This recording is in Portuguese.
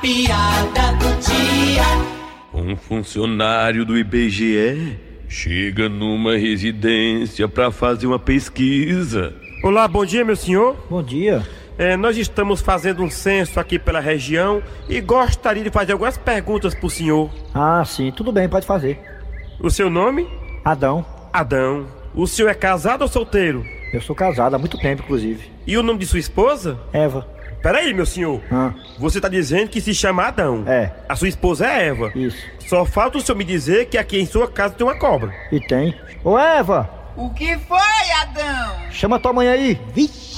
piada do dia. Um funcionário do IBGE chega numa residência para fazer uma pesquisa. Olá, bom dia, meu senhor. Bom dia. É, nós estamos fazendo um censo aqui pela região e gostaria de fazer algumas perguntas para o senhor. Ah, sim, tudo bem, pode fazer. O seu nome? Adão, Adão. O senhor é casado ou solteiro? eu sou casado há muito tempo, inclusive. E o nome de sua esposa? Eva. Peraí, meu senhor. Ah, Você está dizendo que se chama Adão. é, A sua esposa é Eva. isso. Só falta o senhor me dizer que aqui em sua casa tem uma cobra. E tem. Ô Eva, O que foi, Adão? chama tua mãe aí. Vixe.